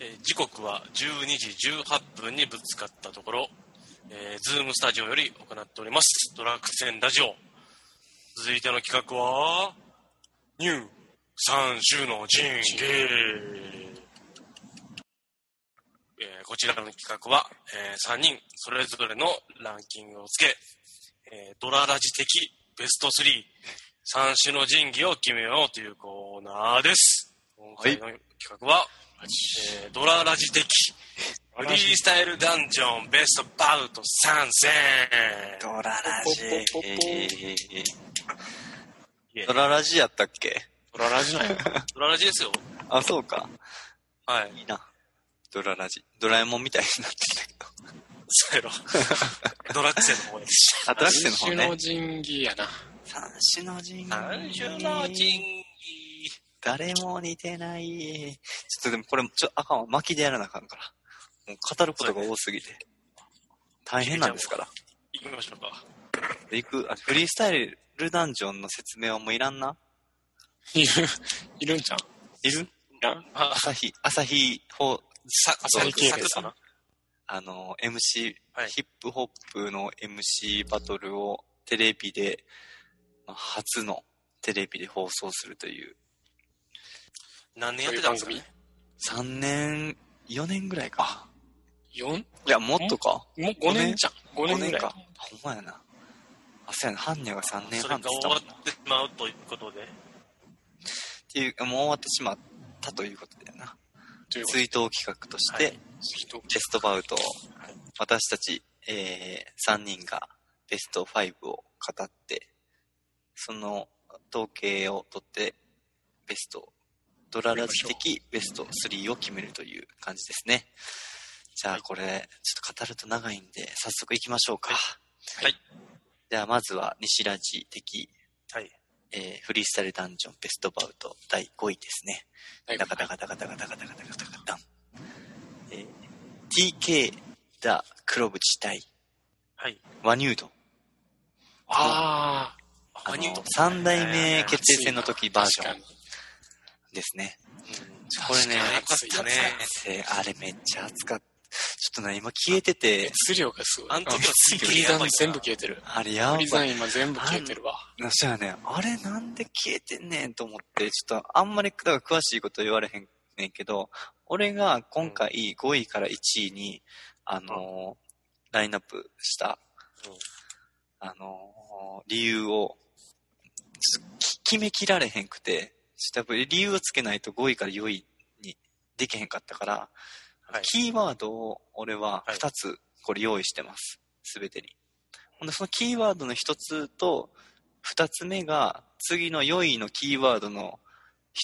えー時刻は12時18分にぶつかったところ、えー、ズームスタジオより行っております。ドラクセンラジオ。続いての企画は、ニュー三種の神器。えーこちらの企画は、え3人それぞれのランキングをつけ、えードララジ的ベスト3、三種の神器を決めようというコーナーです。今回の企画は、えードララジ的フリースタイルダンジョンベストバウト参戦ドララジ。いえドララジやったっけドララジなんや。ドララジですよ。あ、そうか。はい。いいな。ドララジ。ドラえもんみたいになってきたけど。そう やろ。ドラッグセの方です。あ、ドラクセの方三ね。種の神器やな。三種の神器。三種の神器。誰も似てない。ちょっとでもこれ、ちょ、あかんわ。巻きでやらなあかんから。もう語ることが多すぎて。大変なんですから。行きましょうか。行く、あ、フリースタイルダンジョンの説明はもういらんないる、 いるんちゃういるいらんあ、朝日、朝日法、さ、あ、そうさっき、そさうくさな。あの、MC、はいヒップホップの MC バトルをテレビで、まあ、初のテレビで放送するという、何年やそっうてたいうん番ですか組ね。 3年、4年ぐらいか。四いや、もっとか。もう5年じゃん。5 5年ぐ年らい。か。ほんまやな。あ、そうやな。般若が3年それ半ってが言終ったわもっんな。ってしまうということで。ていう、もう終わってしまったということだよな。ということで追悼企画として、はい人ベストバウトをはい私たち、えー、3人がベスト5を語ってその統計を取ってベストドララジ的ベスト3を決めるという感じですねじゃあこれ、ちょっと語ると長いんで早速いきましょうかいはいじゃあまずは西ラジ的、はい。えーフリースタイルダンジョンベストバウト第5位ですねはいダカダカダカダカダカダカダカダカダン。えー TK だ黒渕対はい。ワニュード。ああワニュードの、三代目決定戦のあ。時バージョン確かにですね。確こかにれね、熱い熱かったねあれめっちゃ熱かった。ちょっとな、今消えてて、熱量がすごい。あん時のフリザン全部消えてる。あれやフばリい。ザン今全部消えてるわ。なそうやね。あれなんで消えてんねんと思って、ちょっとあんまりだから詳しいこと言われへんねんけど、俺が今回5位から1位に、あのーラインナップしたうん、あのー理由を、ちょっとき決めきられへんくて、ちょっとやっぱり理由をつけないと5位から4位にできへんかったから、はいキーワードを俺ははい2つこれ用意してます。すべてに。ほんで、そのキーワードの1つと、2つ目が次の4位のキーワードの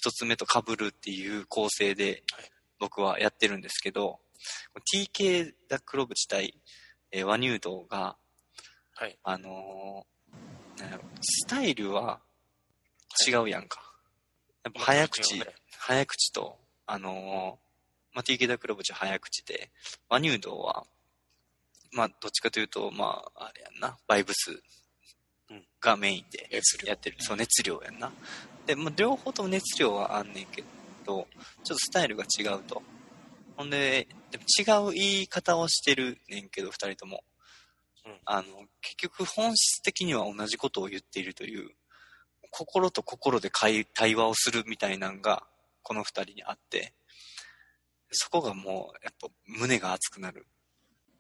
1つ目と被るっていう構成ではい僕はやってるんですけど、TK ダ黒渕対、えーワニュードが、はい。あのーなんやろスタイルは違うやんか。やっぱ早口、早口と、あのー、まあ、TK ダクロブチは早口で、マニュードは、まあ、どっちかというと、まあ、あれやんな、バイブスがメインで熱量。やってる、そう、熱量やんな。で、まあ、両方とも熱量はあんねんけど、ちょっとスタイルが違うと。ほんで、でも違う言い方をしてるねんけど、二人ともうん。あの、結局本質的には同じことを言っているという、心と心で会対話をするみたいなんが、この二人にあって、そこがもう、やっぱ胸が熱くなる。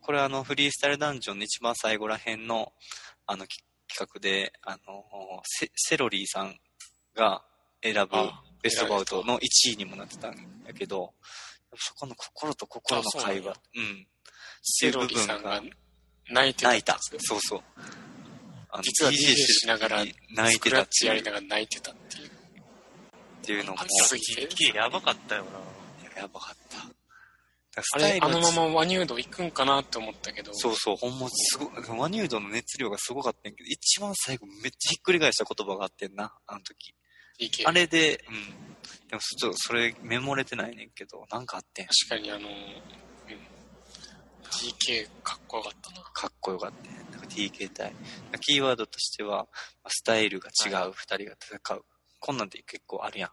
これあの、フリースタイルダンジョンの一番最後らへんの、あの、き企画で、あの、セセロリーさんが選ぶあベストバウトの1位にもなってたんやけど、そこの心と心の会話あ、うん。セロリさんがっていう部分泣いてが泣いたたん。ですよ。そうそう。あの実は DJ しながら泣いスてクラたッっチやりなてがら泣いてたっていう。いうのもあすキーやばかったよな。やばかった。だあからスタれイ、ルあはのままワニュード行くんかなって思ったけど。そうそう、ほんますごい、ワニュードの熱量がすごかったんやけど、一番最後めっちゃひっくり返した言葉があってんな、あの時。 TK あれで、うん。でもちょっとそれメモれてないねんけど、なんかあってん。確かにあの、うん、TK かっこよかったな。かっこよかったね。なんか TK 対。キーワードとしては、まあスタイルが違う二人が戦う。こんなんで結構あるやん。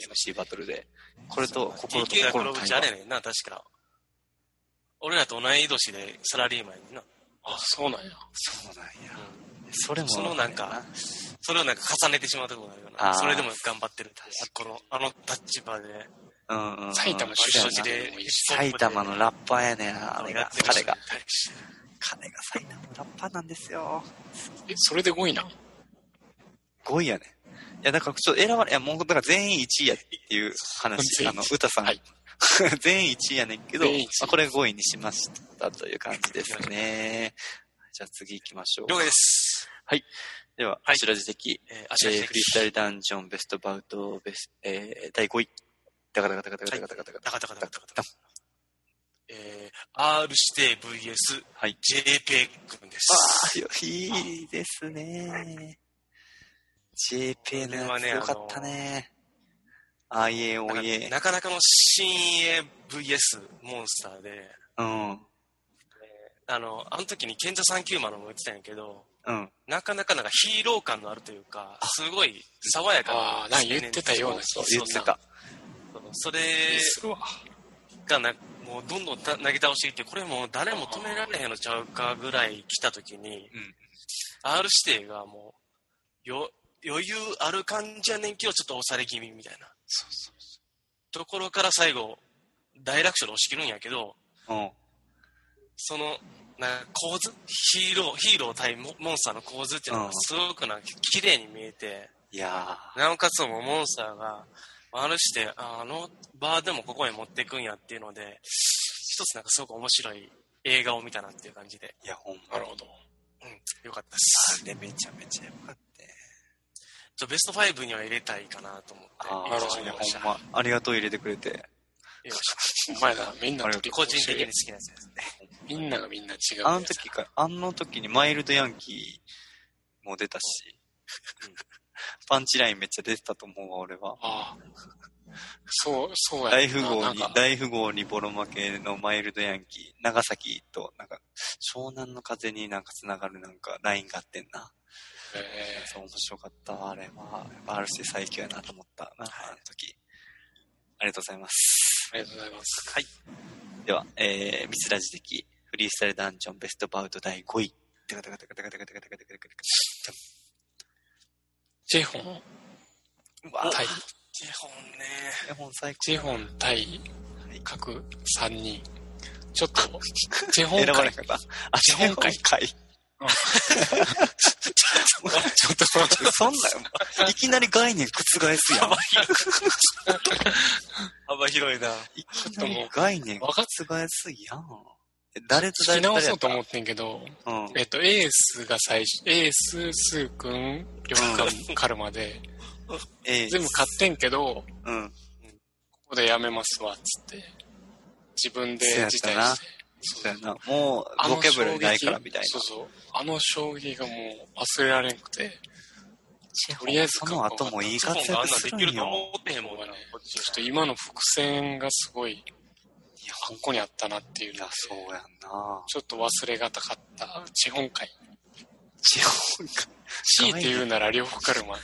りま MC バトルで。これと心と TK 心黒の対渕あれ話。やねんな、確か。俺らと同い年でサラリーマンやねんな。あ、そうなんや。そうなんや。それも、そのなんか、それをなんか重ねてしまうところがあるよあな。ーそれでも頑張ってるってこの、あの立場で、うんうんうん、埼玉出身そうやでなもいいし。埼玉のラッパーやねん、あれが。彼が。やってるし彼が埼玉のラッパーなんですよ。え、それで5位なん5位やねん。いや、だからちょっと選ばれ、いや、もう、だから全員1位やっていう話、全員あの、歌さん。はい全員1位やねんけど、ま全員一位あ、これ5位にしましたという感じですね。じゃあ次行きましょう。了解です。では、はい白地的、えー、え足ー、足フリースタイルダンジョンベストバウト、ベスえー、第5位。ダカダカダカダカダカダカダカ。高々高々高々えー、R 指定 VS はい。 JPEG 君であす。あ、よいいですね。JP のやつよかったね。なんか IAOA。なかなかの新鋭 VS モンスターで、うん。あの、あの時に賢者三級マのも言ってたんやけど、うん。なかなかなんかヒーロー感のあるというか、すごい爽やかああ、なんか言ってたような気そがうす言るってた。それするわ。がな、もうどんどんた投げ倒していって、これもう誰も止められへんのちゃうかぐらい来た時に、うん R 指定がもう、よ、余裕ある感じやねんけど、ちょっと押され気味みたいな。そうそうところから最後、大楽勝で押し切るんやけど、うん。その、なんか構図ヒーロー、ヒーロー対モモンスターの構図っていうのうがんすごくなんか綺麗に見えて、いやなおかつもうモンスターが、あるして、ああのバーでもここへ持っていくんやっていうので、一つなんかすごく面白い映画を見たなっていう感じで、ー。いや、ほんなまる。ほど。うん、よかったです。あれめちゃめちゃよかったよ。ちょベスト5には入れたいかなと思って、あなるあ、ほそどう入れね、ましたほんま。ありがとう入れてくれて。入れましたお前ら、みんなあれ取り個こぼ人し的に好きなやつですね。みんながみんな違う。あの時か、あの時にマイルドヤンキーも出たしうん、パンチラインめっちゃ出てたと思うわ、俺は。ああ。そう、そうや大富豪なんにか、大富豪にボロ負けのマイルドヤンキー、長崎と、なんか、湘南の風になんか繋がるなんかラインがあってんな。えそう、面白かった、あれは。やっぱ RC 最強やなと思ったな、あの時。ありがとうございます。ーありがとうございます。はい。では、えー、ミスラジ的フリースタイルダンジョンベストバウト第5位。テカテカテカテカテカテカテカテカテカテジェホンカ。うわ対、基本ね、ぁ、本最ジェホン対はい、各3人。ちょっと、ジェホ高。ン選ばれ会な、かった。あ、日本会海会。ちょっと、そんなん、いきなり概念覆すやん。幅広いな。いきなり概念覆すやん。え誰と誰と聞き直誰やそうっとた思ってんけど、うん。えっと、エースが最初、エース、スー君、りょうくん、カルマで、ええ全部買ってんけど、うん。ここでやめますわ、つって。自分でそうやっ辞た退なして。そうやな。もう、ボキャブラリーないからみたいそうそう。あの将棋がもう忘れられんくて、な。とりあえずその後もいい基本活があん躍なんすでるきるんとよ。思ってへんもんな。こっちちょっと今の伏線がすごいい、や、ここにあったなっていういのやが、そうやんな。ちょっと忘れがたかった。地本会。地方か。強いて言うなら両方カルマ。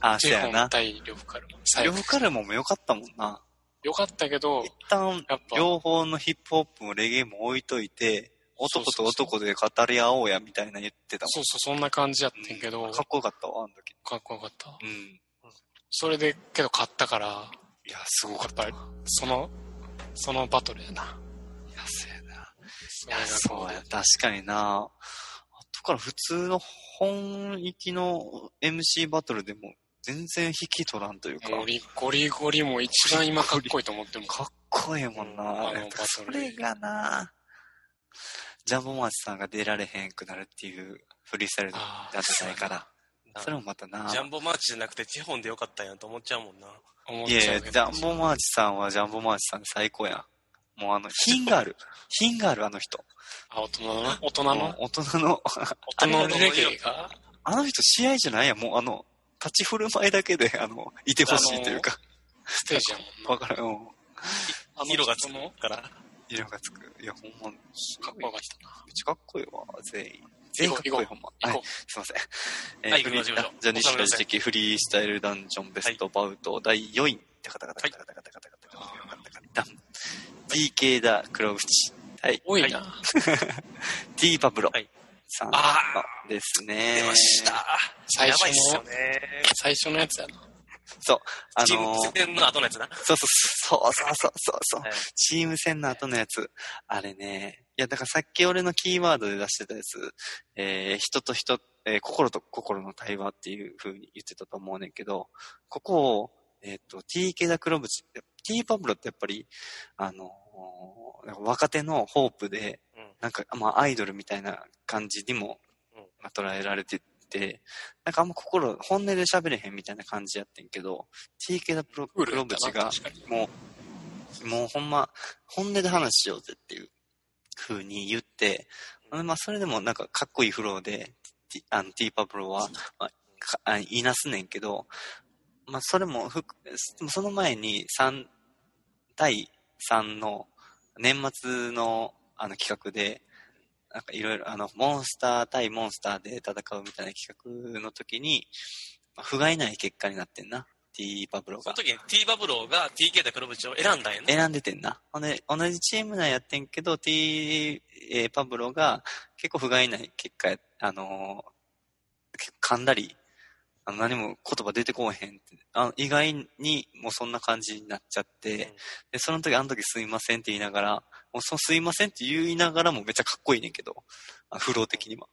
あ、そう地や本な。対両方カルマ。最両後方カルマも良かったもんな。よかったけど一、旦やっ、ぱ両方のヒップホップもレゲエも置いといて、男と男で語り合おうやみたいな言ってたそうそう、そんな感じやってんけど、もん。かっこよかったわ、あの時。かっこよかった。うん。それで、けど勝ったから、いや、すごかった。いやっぱその、そのバトルやな。や、そうやな。そいや、そうや、確かにな。後から普通の本域の MC バトルでも全然引き取らんというか、もうゴリゴリゴリも一番今かっこいいと思っても、かっこええもんうんな。あのやっぱバそトルれがな、ジャボマチさんが出られへんくなるっていうフリースタイルだあーったないから、それもまたな。ジャンボマーチじゃなくて、地本でよかったんやと思っちゃうもんな。思っいちやいゃや、うジけどャンボマーチさんはジャンボマーチさんで最高やん。もうあの、品がある。品がある、あの人。あ、大人のな大人あの大人の、 大人のレゲエが、あの人試合じゃないやん、もうあの、立ち振る舞いだけで、あの、いてほしいというか、ステージやもんな。わからん、うん。あの色がつく人のから。色がつく。いや、ほんま、めっかっこよかったな。ちゃかっこいいわ、全員。全員かっこいい、ほんま。行はいこう、すいません。えはいフ行リきーましょう行きましょうじゃあ、西川時期フリースタイルダンジョンベストバウト第4位。タカタカタカタカタカタカタカタダン B 系だ、黒淵。はい。多いな。 T パブロはいさんのあですね。出ました。最や初ばいっすのよ、ね。最初のやつやな。そう。あのチームー戦の後のやつな。そうそうそうそうそうそうそう、はいチーム戦の後のやつ。あれね。いや、だからさっき俺のキーワードで出してたやつ、えー人と人、えー心と心の対話っていう風に言ってたと思うねんけど、ここを、えっ、と、TK ダ黒淵、T パブロってやっぱり、あのーなんか若手のホープで、うんなんか、まあ、アイドルみたいな感じにもうん、まあ、捉えられてて、なんかあんま心、本音で喋れへんみたいな感じやってんけど、TK ダ黒プールや黒っ淵たなが、確かにもう、もうほんま、本音で話しようぜっていう風に言って、まあ、それでもなんかかっこいいフローで、ティあのティーパブロは、まあかあ、言いなすねんけど、まあ、それも含め、その前に3対3の年末のあの企画で、なんかいろいろ、あの、モンスター対モンスターで戦うみたいな企画の時に、まあ不甲斐ない結果になってんな、ティーパブロその。が時に T バブローが TK で黒渕を選んだんやね。選んでてんな。ほんで、同じチーム内やってんけど、T、えーパブロが結構不甲斐ない結果や、あのー結構噛んだり、あの何も言葉出てこうへんってあの意外にもうそんな感じになっちゃって、で、その時、あの時すいませんって言いながら、もうそのすいませんって言いながらもめっちゃかっこいいねんけど、あフロー的には。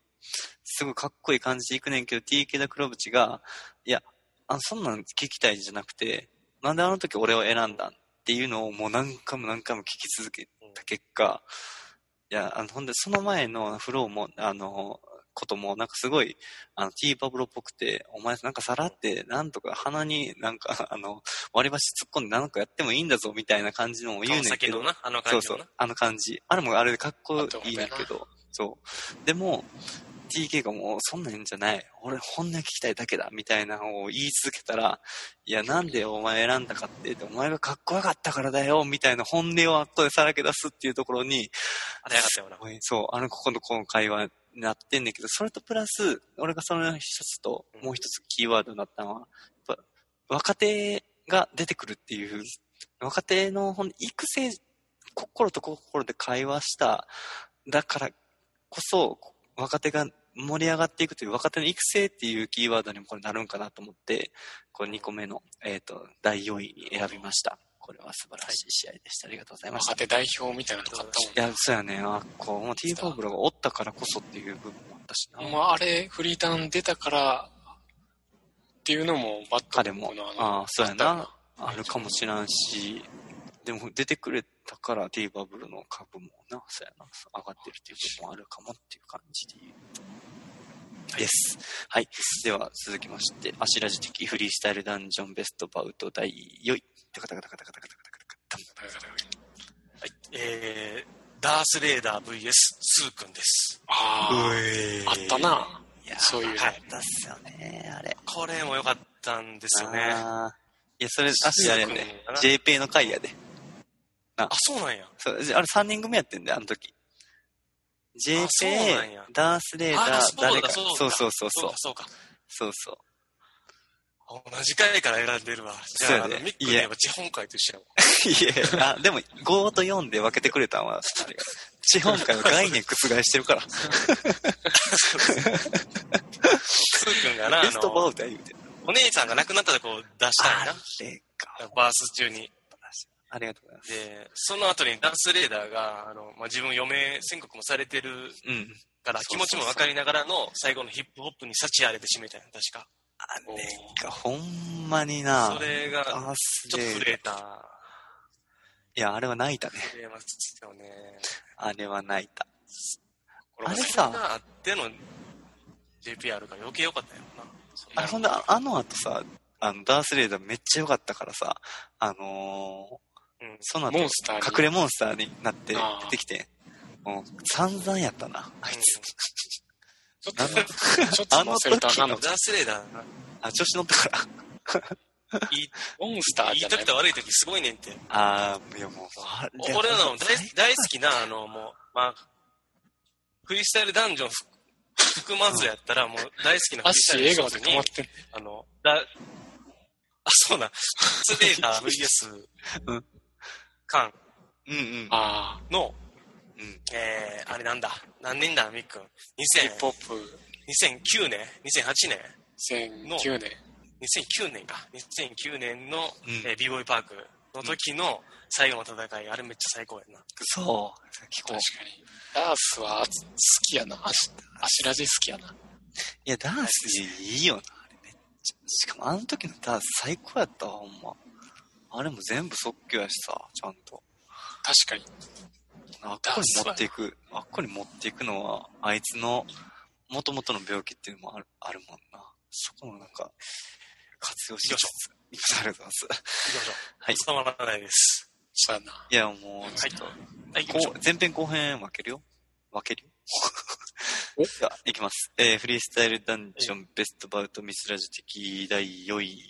すごいかっこいい感じでいくねんけど、TK 田黒渕が、いや、あそんなん聞きたいじゃなくて、なんであの時俺を選んだんっていうのをもう何回も何回も聞き続けた結果、いや、あの、ほんで、その前のフローも、あの、ことも、なんかすごい、あの、T パブロっぽくて、お前なんかさらって、なんとか鼻になんか、あの、割り箸突っ込んでなんかやってもいいんだぞ、みたいな感じのを言川うねんけ崎どの。な、あのそ感うじそのうな。。あの感じ。あれもあれでかっこいいねんあけとど。そう。でも、TK がもうそんなんじゃない。俺本音聞きたいだけだ。みたいなのを言い続けたら、いや、なんでお前選んだかって、お前がかっこよかったからだよ。みたいな本音をあっこでさらけ出すっていうところに、あれやがったよな。そう、あの、ここのこの会話になってんねんけど、それとプラス、俺がその一つと、もう一つキーワードになったのは、やっぱ若手が出てくるっていう、若手のほん育成、心と心で会話した、だからこそ、若手が盛り上がっていくという、若手の育成っていうキーワードにもこれなるんかなと思って、これ2個目の、えっ、と、第4位に選びました。これは素晴らしい試合でした。ありがとうございました若。手代表みたいなとこあったもんいや、そうやね。あっこう、もう T パブロがおったからこそっていう部分もあったしな。まあ、あれ、フリーターン出たから、っていうのも、バット彼も僕の、あの、ああ、そうやあっな。あるかもしらんし、でも出てくれたから T パブロの株もな、そうやな、上がってるっていう部分もあるかもっていう感じで言うです。はい。では、続きまして、アシラジ的フリースタイルダンジョンベストバウト第4位。タカタカタカタカタカタカタカタカタンはい。えー、ダースレーダー VS スーくんです。ああ、あったな。いやーそういうの。はいあったっすよね、あれ。これも良かったんですよね。あ、あーいや、それ、アシあれやスーで君の。かな JP の回やで。そうなんや。そう、じゃああれ3人組やってんだよ、あの時。JP そうなんや、ダースレーダあーそ、うだ誰か。そうだそうそうそうそそうか、。そううか。そうそう。あ同じ回から選んでるわ。じそうゃあ、やあねのミックいやで地本回と一緒やわ。いや、あ、でも5と4で分けてくれたんは、あれが地方会は概念覆し てるから。スーくんがな、あベストバのウ、トや言うて。お姉さんが亡くなったとこ出したんあやれなか。。バース中に。ありがとうございます。で、その後にダースレーダーが、あの、まあ、自分余命宣告もされてるうん。からそ気う持そちうそうも分かりながらの最後のヒップホップに幸あれてしめたんや確か。あれか、ほんまにな。それがダースちょっレとーダ震ー。えた。いや、あれは泣いたね。震えますよね。あれは泣いた。これもあれそれがあっての JPR が余計良かったんやろな。あれほんで、ああの後さ、あの、ダースレーダーめっちゃ良かったからさ、あのー、うん。その後、モンスターに隠れモンスターになって出あーてきて、もう散々やったな、あいつ。ちょっと、ちょっと忘れたらあかんダのースレーダーな、あ、調子乗ったから。 いい、モンスターいじいゃな時いと悪い時すごいねんって。あー、いやもう、あれ俺らの大最大好きな、あの、もう、まあ、フリースタイルダンジョン含含まずやったら、もう大好きなフリアッースシターイルダン笑顔ジョでン止にまってんあの、だ、あ、そうなん。ダースレーダー VS うん、間うんうん。ああ。の、うんえー、あれなんだ。何年だ、みっくん。ヒッ2000プホップ2009年 ?2008 年2009年。 2009年か2009年の、うんえー、b ボーイパークの時の最後の戦い、あれめっちゃ最高やなそう。聞こ確う。かに。ダースはつ好きやな。アシアシラジ好きやな。いや、ダンスいいよな、あれめっちゃ。しかもあの時のダンス最高やったわ、ほんま。あれも全部即興やしさ、ちゃんと。確かに。あっこに持っていく、あっこに持っていくのは、あいつの元々の病気っていうのもあるあるもんな。そこもなんか、活用しつつ。ありがとうございます。行きましょうはい。収まらないですそうやな。いや、もう、ちょっと、はい行きましょこう前編後編分けるよ分けるおよで はいきます。えー、フリースタイルダンジョンベストバウトミスラジ的第4位。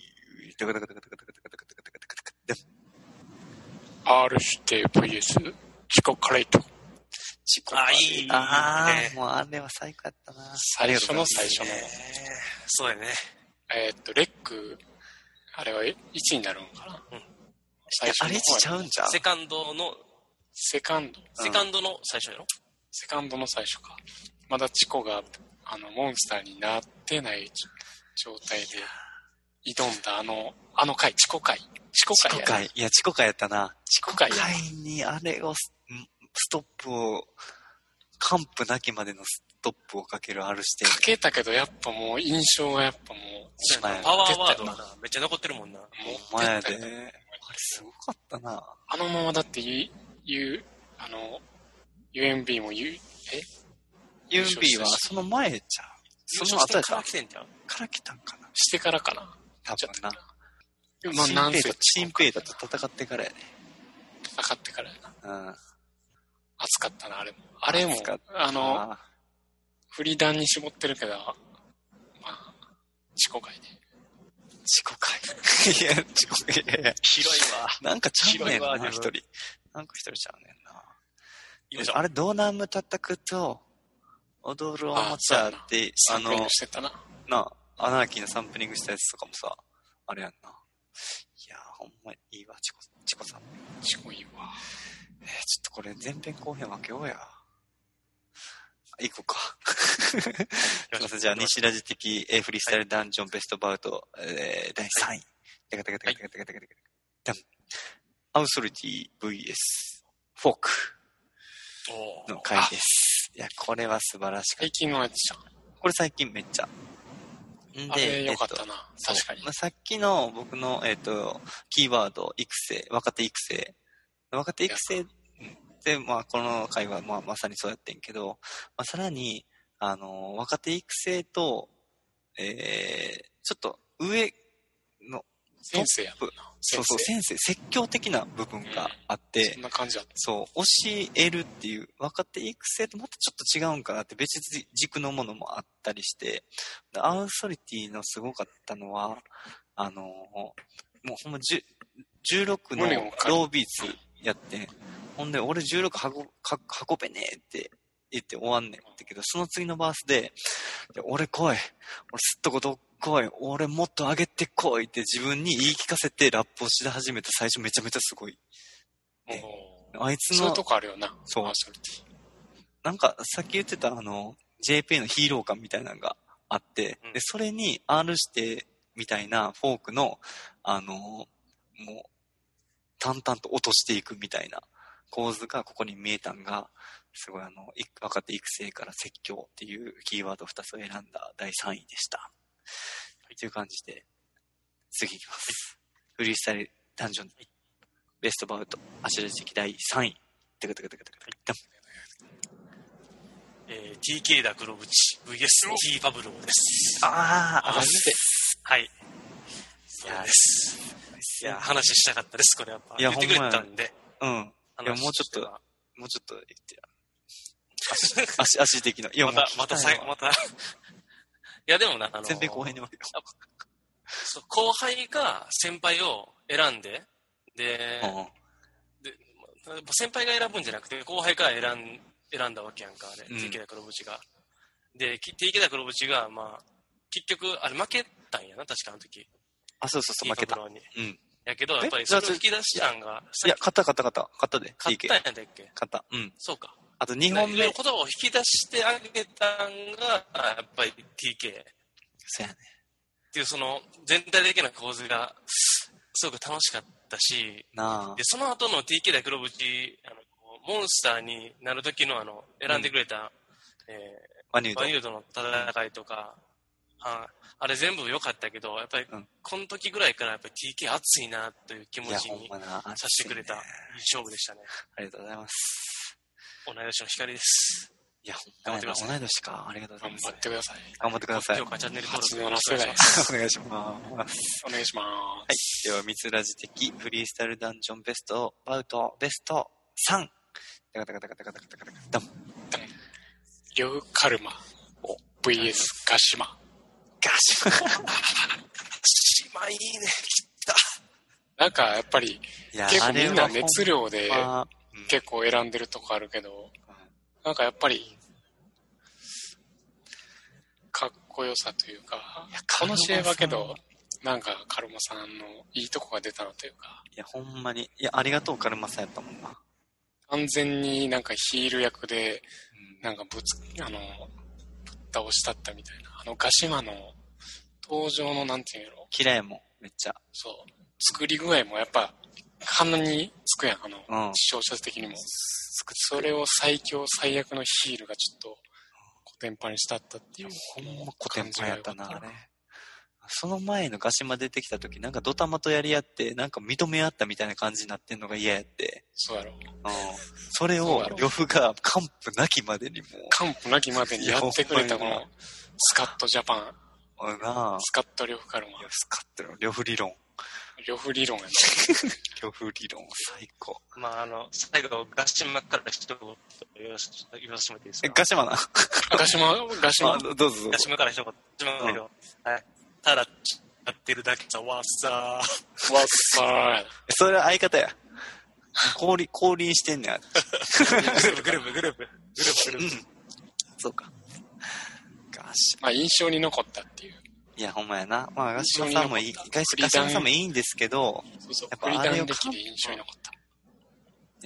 タカタカタカタカタカタカタカタカタカタカタで R して VS チコカレイト。チコあいいあーいいねもうあれは最高やったな。最初の最初うの。えーそうやねえーっと、レック、あれは1になるのかな、うん最あ初れのちゃ方うんじゃんセカンドのセカンド。セカンドの最初やろ、セカンドの最初か。まだチコが、あの、モンスターになってない状態で、挑んだあの、あの回、チコ回。チコチ回コやな。会。いや、チコ会やったな。チコ回やな。会にあれをス、んストップを、完膚なきまでのストップをかける R して。かけたけど、やっぱもう、印象がやっぱもう、しまえパワーワードがなめっちゃ残ってるもんな持ってお前ったで。よあれすごかったな。あのままだって言う、言う、あの、UMB も言う、えユンビーはその前じゃん。その後やっかたら来てんじゃんから来たんかな。してからかな。多ちょっ分とな。まあ、なんチせンペイと、チンペイだと戦ってからやね。戦ってからやな。うん。暑かったな、あれも。あれも暑かっ、あの、あフリーダンに絞ってるけど、まあ、自己会で。ー、自己 会。いや、自己会。いやいや広いわなんかちゃうねん広いわな、自分一人。なんか一人ちゃうねんな。行きましょうあれ、ドーナム叩くと、踊るおもちゃって、あサンプリンのグ、してたな。な、アナーキーのサンプリングしたやつとかもさ、あれやんな。いやー、ほんまいいわ、チコ、チコさん。自己いいわ。えー、ちょっとこれ前編後編分けようや。行こうか。すいません、じゃあ、西ラジ的、えー、フリースタイルダンジョンベストバウト、えー、第3位。テカテカテカテカテカテカテカダンアウソリティ VS フォークおーの回です。いや、これは素晴らしかっ最近のやつじゃん。た。これ最近めっちゃ。んあれ良かっえたとな。そう確かにま。あ、さっきの僕の、えっ、と、キーワード、育成、若手育成。若手育成で、まあ、この回は、まあ、まさにそうやってんけど、まあ、さらに、あの、若手育成と、えー、ちょっと上の、先生やもんな。そうそう、先先生、説教的な部分があっ生。てそん、な感じやった。そう、教えるっていう、若手育成とまたちょっと違うんかなって別軸のものもあったりして、でアウソリティのすごかったのは、あの、もうほんまじゅ16の胸を借りロービーツやってんほんで、俺16運か運べねえって言って終わんねんだけど、その次のバースで、で俺来い、俺すっとこどっこい、俺もっと上げてこいって自分に言い聞かせてラップをし始めた最初めちゃめちゃすごい。おえーあいつそういのうとこあるよな。そうアーソルティなんか、さっき言ってた、あの、JP のヒーロー感みたいなのがあって、うんで、それに R してみたいなフォークの、あの、もう、淡々と落としていくみたいな構図がここに見えたんが、すごいあの、い若手育成から説教っていうキーワード2つを選んだ第3位でした。はい、という感じで、次いきます。フリースタイルダンジョン、ベストバウト、アシュラジ的第3位。てかてかてかてかてかえー TK だ黒淵 VS T パブローですあー、あマジではいそうですいや話したかったですこれやっぱいや言ってくれたんでうん。いや、もうちょっと話しては、もうちょっと言ってや。足、足、足的な。いや、また、またさい、後。また。い や、でもな、あの、全編後編に終わるそう後輩が先輩を選んで、で、よ。で先輩が選ぶんじゃなくて、後輩から選ん選んだわけやんか、あれ、うん TK だ黒淵が。で、き TK だ黒淵が、まあ、結局、あれ負けたんやな、確かあの時。あ、そうそうそう、負けた。 T パブローにうん。やけど、やっぱりえそれを引き出したんが、いさや、っき勝った勝った勝った。勝ったで。買っ TK たん。やったっけ勝った。うん。そうか。あと2本本目目の。言葉を引き出してあげたんが、やっぱり TK っそうやね。ていうその全体的な構図が、すごく楽しかったし、なあで、。その後の TK で黒縁、あの、こうモンスターになる時のあの、選んでくれた、えマニーュードバニュードの戦いとか、ああれ全部良かったけど、やっぱり、うんこの時ぐらいからやっぱり TK 熱いなという気持いや、ちほんにまな。させてくれた、いい熱いね勝負でしたね。ありがとうございます。同い年の光です。いや、ほんまやな頑張ってください同い年か。ありがとうござ頑います張っ。てください。頑張ってください。評お価チャンネル登録初めのお願いします願いします。お願いしまはい。では、ミツラジ的フリースタイルダンジョンベストを、バウトベスト3。ガタガタガタガタガタガタガタ。ドン。す。リョウカルマ VS ガシマ。ガシュまあいいね。なんかやっぱりいや結構みんなあれは熱量でほんまうん結構選んでるとこあるけど、なんかやっぱり、かっこよさというかいや、この試合はカけルマど、なんかカルマさんのいいとこが出たなというか、いや、ほんまに。いや、ありがとう、カルマさんやったもんな。完全になんかヒール役で、なんかぶつ、あの、ぶっ倒したったみたいな。あの、ガシマの登場のなんていうんやろ、嫌いもん、めっちゃ。そう、作り具合もやっぱ、鼻につくやん、あの、うん視聴者的にも。それを最強最悪のヒールがちょっと、コテンパンにしたったっていう。ほんま古典版やったな、あれ。その前のガシマ出てきた時、なんかドタマとやり合って、なんか認め合ったみたいな感じになってんのが嫌やって。そうやろ。うん。それそうをや、ろ呂布が完膚なきまでにも完膚なきまでにやってくれたこいやほんまの、スカットジャパン、う、あなあスカット呂布カルマいや、、スカッとよ。呂布理論。呂布理論やな。呂布理論、最高。まああの、最後、ガシマから一言言わし言わせてもらっていいですえ、かガシマな。あガシマ、ガシマあ、、どうぞどうぞガ。シマから一言。ガシマから一言はい。ただ、やってるだけじゃわっさー。わっさー。それは相方や。降臨、降臨してんねや。グループ、グループ、グループ。グループ、グループ。そうか。ガシまあ印象に残ったっていう。いや、ほんまやな。まあ、ガシマさんもいい、一緒にガシガシマさんもいいんですけど、そうそうやっ。ぱフリーあダれウをン歴で印象に残った。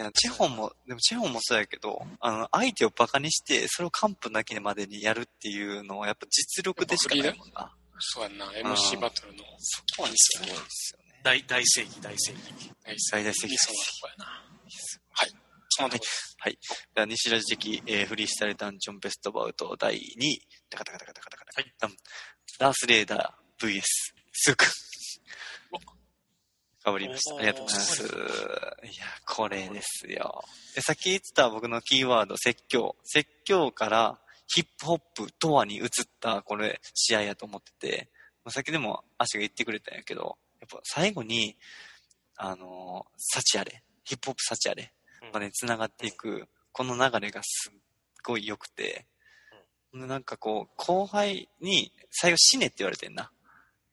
いや、チェホンも、でもチェホンもそうやけど、あの、相手をバカにして、それを完膚なきまでにやるっていうのは、やっぱ実力でしかないもんな。そうやんな。MC バトルの、そこはすごいですよね。大、大正義、大正義。最大席理想のとこやな。はい。その時、はい。では、西ラジ的、えーフリースタイルダンジョンベストバウト第2位。タカタカタカタカタカタ。はいダン。ダースレーダー VS スーク お。かぶりました。ありがとうございます。いや、これですよ。で、さっき言ってた僕のキーワード、説教。説教からヒップホップとはに移った、これ、試合やと思ってて、まあ、さっきでも足が言ってくれたんやけど、やっぱ最後に、あのーサチアレ。ヒップホップサチアレ。まで繋がっていく、この流れがすっごい良くて、なんかこう、後輩に、最後死ねって言われてんな。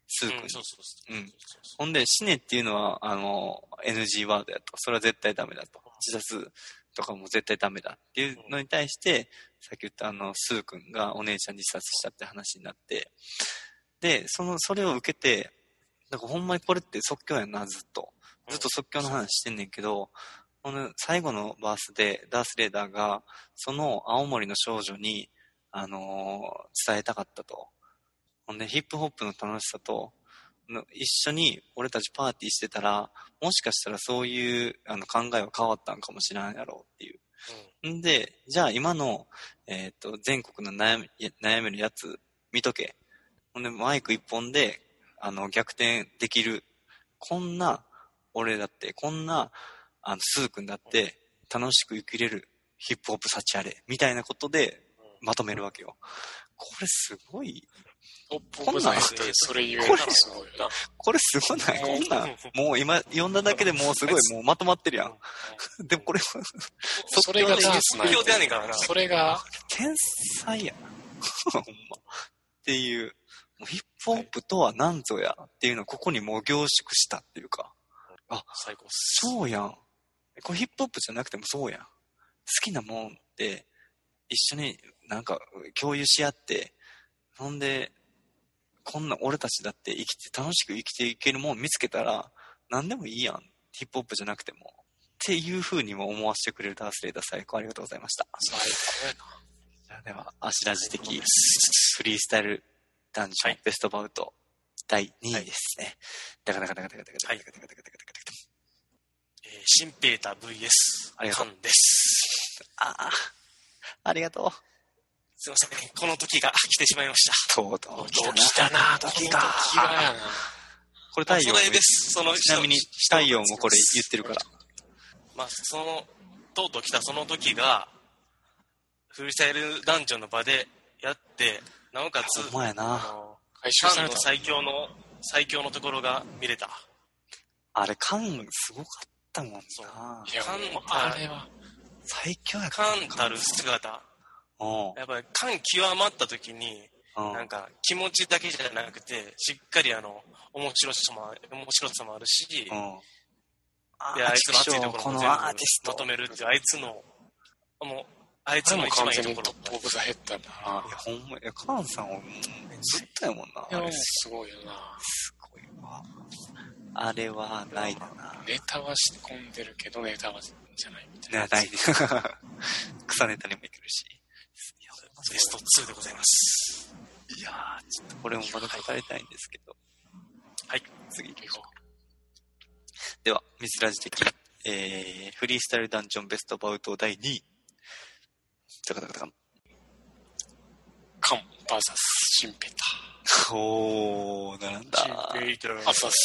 スー君うん、にそうそうそう。うんほんで、死ねっていうのは、あの、NG ワードやと。それは絶対ダメだと。自殺とかも絶対ダメだっていうのに対して、さっき言ったあの、スー君がお姉ちゃん自殺したって話になって、で、その、それを受けて、なんかほんまにこれって即興やんな、ずっと。ずっと即興の話してんねんけど、この最後のバースでダース・レーダーが、その青森の少女に、あのー伝えたかったと。ほんで、ヒップホップの楽しさと、の一緒に俺たちパーティーしてたら、もしかしたらそういうあの考えは変わったんかもしらんやろうっていう。んで、じゃあ今の、えっ、と、全国の悩み、悩めるやつ見とけ。ほんで、マイク一本で、あの、逆転できる。こんな、俺だって、こんな、あの、スー君だって、楽しく生きれる、ヒップホップ幸あれ。みたいなことで、まとめるわけよ。これすごい、トップオブザイスでそれ言えたらすごいよな。これすごない、こんなん。もう今、読んだだけでもうすごい、もうまとまってるやん。 でもこれ、それがダースな即興でやねんからな。それが、天才やな。ほん ま。っていう、もうヒップホップとは何ぞやっていうのをここにもう凝縮したっていうか、最高っす。そうやん。これヒップホップじゃなくてもそうやん。好きなもんって一緒になんか共有し合って、ほんで、こんな俺たちだって生きて、楽しく生きていけるもん見つけたら、何でもいいやん。ヒップホップじゃなくても。っていう風にも思わせてくれるダースレイダー最高ありがとうございました。最高やな。じゃあでは、アシラジ的フリースタイルダンジョン、ベストバウト第2位ですね。だからだからだからだからだからだからだからだからえー、新ペータ VS ありがとカうンです。ああ、ありがとう。すいません、この時が来てしまいました。とうとう来たな。たな、時がが。時がやな。これ太陽そもれです。そのちなみに太陽もこれ言ってるから。まあ、その、とうとう来たその時が、フリースタイルダンジョンの場でやって、なおかつ、お前やあな。の回収カさンれのた。最強の、最強のところが見れた。あれ、カンすごかったもんそうな。いや、カンもうあれは。最強やカンたる姿。うん。やっぱりカン極まった時に、うんなんか気持ちだけじゃなくて、しっかりあの、面白さもあ、面白さもあるし、うで、ん。ああいつの熱いところこもの全部アーティスまト。とめるっていう、あいつの、もう、あいあつれのも一完番いい全とにこトろップオブザヘッドやったいや、ほんま、いや、カンさんをずっとやもんな。な。いあや、もれうすすごいよな。ごいわ。あれはないだな。ネタは仕込んでるけど、ネタはじゃないみたいな。ね、ないね。 草ネタにもいけるし。いや、ベスト2でございます。いやーちょっとこれもまだ語りたいんですけど。はい。次行きましょう行こでは、ミスラジ的、えー、フリースタイルダンジョンベストバウト第2位。ザカザカザカン。うカン、バーサス、シンペタ。おー、並んだ。イターバーサス。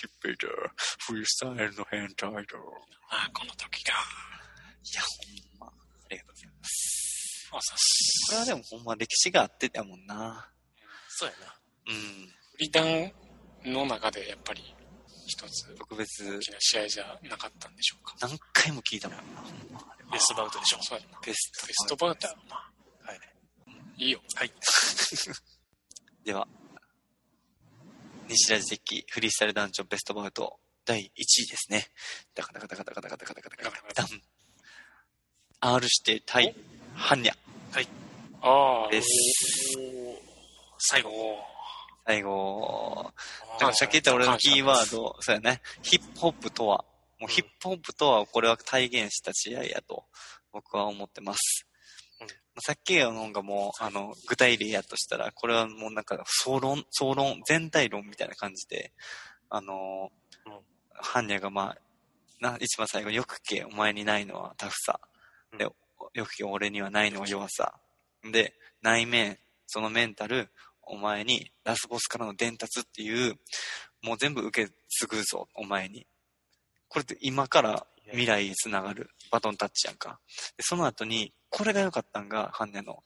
シンペイター。フリースタイルの変態だ。いああ、この時が。や、ほんま。ありがとうございます。バーサス。これはでもほんま歴史があってだもんな。そうやな。うん。フリダンの中でやっぱり一つ特別大、きな試合じゃなかったんでしょうか。何回も聞いたもんな。ほんま。ベストバウトでしょ。そうやな。ベスト。ベストバウターまあ、はい。いいよ。はい。では、西ラジ的フリースタイルダンジョンベストバウト第1位ですね。ダカダカダカダカダカダカダカダカダン。R 指定対ハンニャああ。です。最後。おー最後、あーなんかさっき言った俺のキーワード、そうやね。ヒップホップとは、もうヒップホップとはこれは体現した試合やと僕は思ってます。うんさっきのなんかもう、あの、具体例やとしたら、これはもうなんか総論、総論、全体論みたいな感じで、あのーうん、ハンニャがまあ、な、一番最後、よくけ、お前にないのはタフさ。で、うよくけ、俺にはないのは弱さ。で、内面、そのメンタル、お前にラスボスからの伝達っていう、もう全部受け継ぐぞ、お前に。これって今から未来へつながるバトンタッチやんか。で、その後に、これが良かったんが、ハンネの。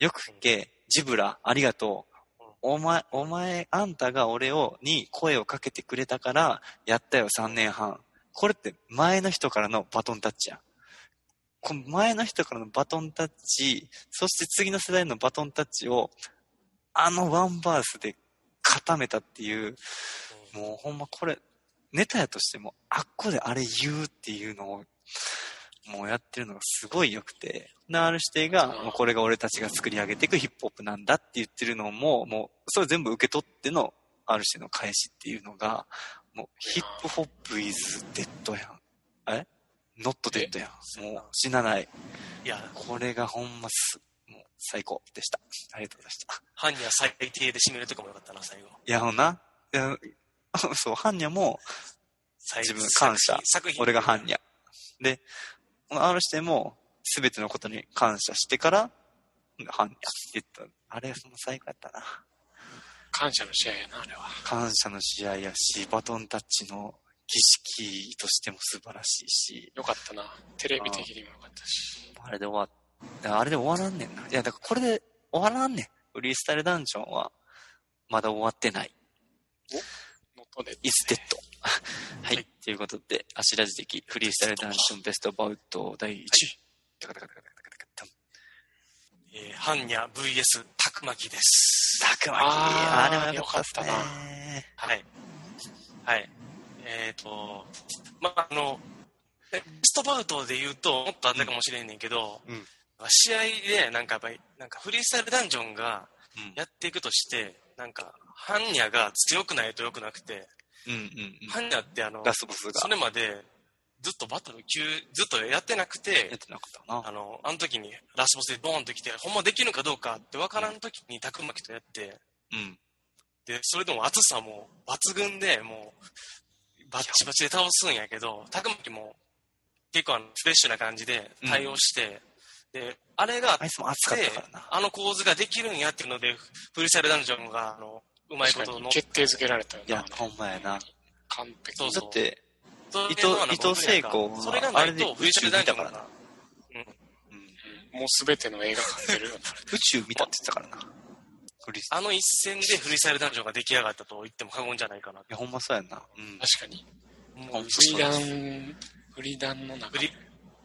よく聞け、ジブラ、ありがとう。お前、お前、あんたが俺を、に声をかけてくれたから、やったよ、3年半。これって前の人からのバトンタッチやん。この前の人からのバトンタッチ、そして次の世代のバトンタッチを、あのワンバースで固めたっていう、うんもうほんまこれ、ネタやとしても、あっこであれ言うっていうのを、もうやってるのがすごい良くて、な、ある指定が、もうこれが俺たちが作り上げていくヒップホップなんだって言ってるのも、もう、それ全部受け取っての、ある種の返しっていうのが、もう、ヒップホップイズデッドやん。えノットデッドやん。もう、死なない。いや、これがほんます、もう、最高でした。ありがとうございました。ハンニャ最低で締めるとかもよかったな、最後。いや、ほんな。いやそう、ハンニャも、最自分感謝作品俺がハンニャ。で、この R しても、すべてのことに感謝してから、ハンニャって言った。あれ、もう最高やったな。感謝の試合やな、あれは。感謝の試合やし、バトンタッチの儀式としても素晴らしいし、よかったな。テレビ的にもよかったし。あれで終わっ、あれで終わらんねんな。いや、だからこれで終わらんねん。フリースタイルダンジョンは、まだ終わってない。ノットで。イズデッド。ははいい。ということで、アシラジ的フリースタイルダンジョンベストバウト第1位。タカタカタカタカタカタンえーハンニャ VS たくまきです。たくまきあーあれは良かったっす良かねはい。はい。えっ、と、まあ、あの、ベストバウトで言うと、もっとあったかもしれんねんけど、うん試合で、なんかやっぱり、なんかフリースタイルダンジョンがうんやっていくとして、なんか、ハンニャが強くないと良くなくて、うんうんうん。ハンニャってあの、ラスボスがそれまで、ずっとバトル急、ずっとやってなくやてっ、てなかったな。あの、あの時にラスボスでボーンと来て、ほんまできるのかどうかってわからん時にたくまきとやって、うん。で、それでも熱さも抜群で、もう、バッチバチで倒すんやけど、たくまきも結構あのフレッシュな感じで対応して、で、あれがあっあいつも暑かってたからな。あの構図ができるんやっていうので、フリースタイルダンジョンが、あの、うまいこ確かとにの、決定づけられたよいや、ほんまやな。完璧。そうだそうって、それ伊でまあ藤伊藤聖子はそれがないと、あれでフリースタイルダンジョン宇宙見たが、うんもうすべての映画館出るようになる。宇宙見たって言ってたからな。クリス。いあの一戦でフリースタイルダンジョンが出来上がったと言っても過言じゃないかな。や、ほんまそうやんな。うん。確かに。もうフリダン、フリダンの中振でり、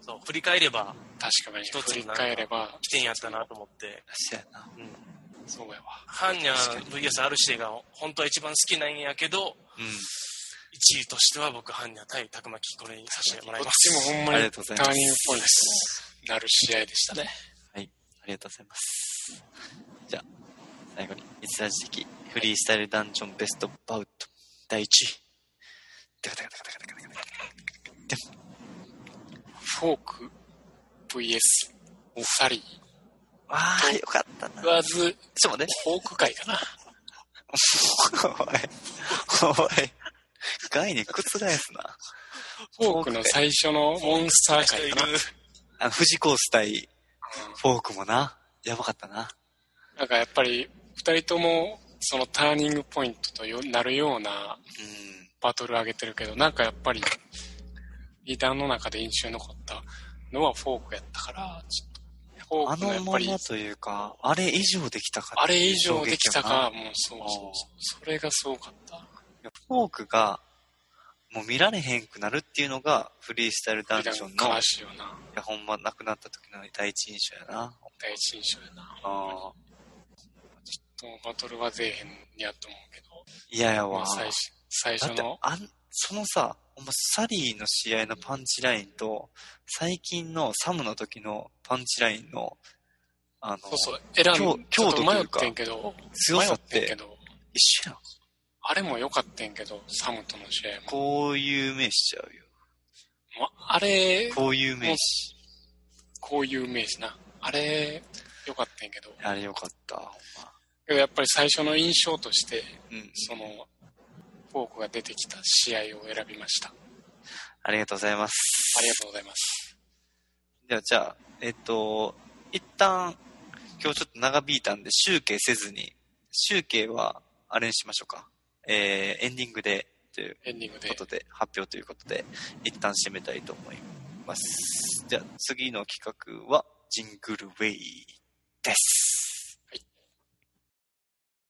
そう、振り返れば、確かに一つ振りになる返れば、起点やったなと思って、そうやな。うん。そうやわ。ハンニャ VSRC が本当は一番好きなんやけど、う1位としては僕、ハンニャ対たくまき、これにさせてもらいこっます。ちもほんん。あまりにがとタうーございニングます。ポイントになる試合でしたね。はい。ありがとうございます。じゃあ、最後に、逸脱時期、フリースタイルダンジョンベストバウト、第1位。テカテカテカテカテカテカテフォーク VS サリカ。わあ、よかったな。ー。わず、ちょっと待って。フォーク界かな。おい、おい、概念覆すな。フォークの最初のモンスター界かな。 あの、富士コース対フォークもな、やばかったな。なんかやっぱり、二人とも、そのターニングポイントとよなるようなうん。バトル上げてるけど、なんかやっぱり、リダーの中で印象に残ったのはフォークやったから、ちょっと、フォあークののやっまぱりま、というか、あれ以上できたかあれ以上できたか、もうそうそうあーそう。それがすごかった。フォークが、もう見られへんくなるっていうのが、フリースタイルダンジョンの、悲いしいよな。や、ほんま亡くなった時の第一印象やな。第一印象やな。ああ、もうバトルは出えへんにやと思うけど、嫌やまわあ。最初最だっ初ての、あん、そのさ、ほんまサリーの試合のパンチラインと、最近のサムの時のパンチラインの、あの、そうそう、選強んちょっ強度ととい迷っうかてんけど、強迷さっってんけてど、一緒やん。あれも良かったんけど、サムとの試合も。こういう名しちゃうよ。もうあれ、こういう名詞。こういう名詞な。あれ、良かったんけど。あれよかった、ほんま。けどやっぱり最初の印象として、うん。その、フォークが出てきた試合を選びました。ありがとうございます。ありがとうございます。じゃあ、じゃあ、えっと、一旦、今日ちょっと長引いたんで、集計せずに、集計は、あれにしましょうか。えー、エンディングで、というエンディングでこ。とで、発表ということで、一旦締めたいと思います。じゃあ、次の企画は、ジングルウェイです。